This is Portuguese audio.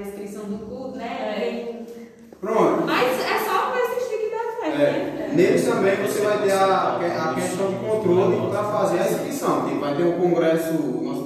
instituição do culto, né? Pronto. Mas é só para assistir que dá certo, É, né? neles também você vai ter a, a questão de controle para fazer a inscrição. Tipo, vai ter o congresso, o nosso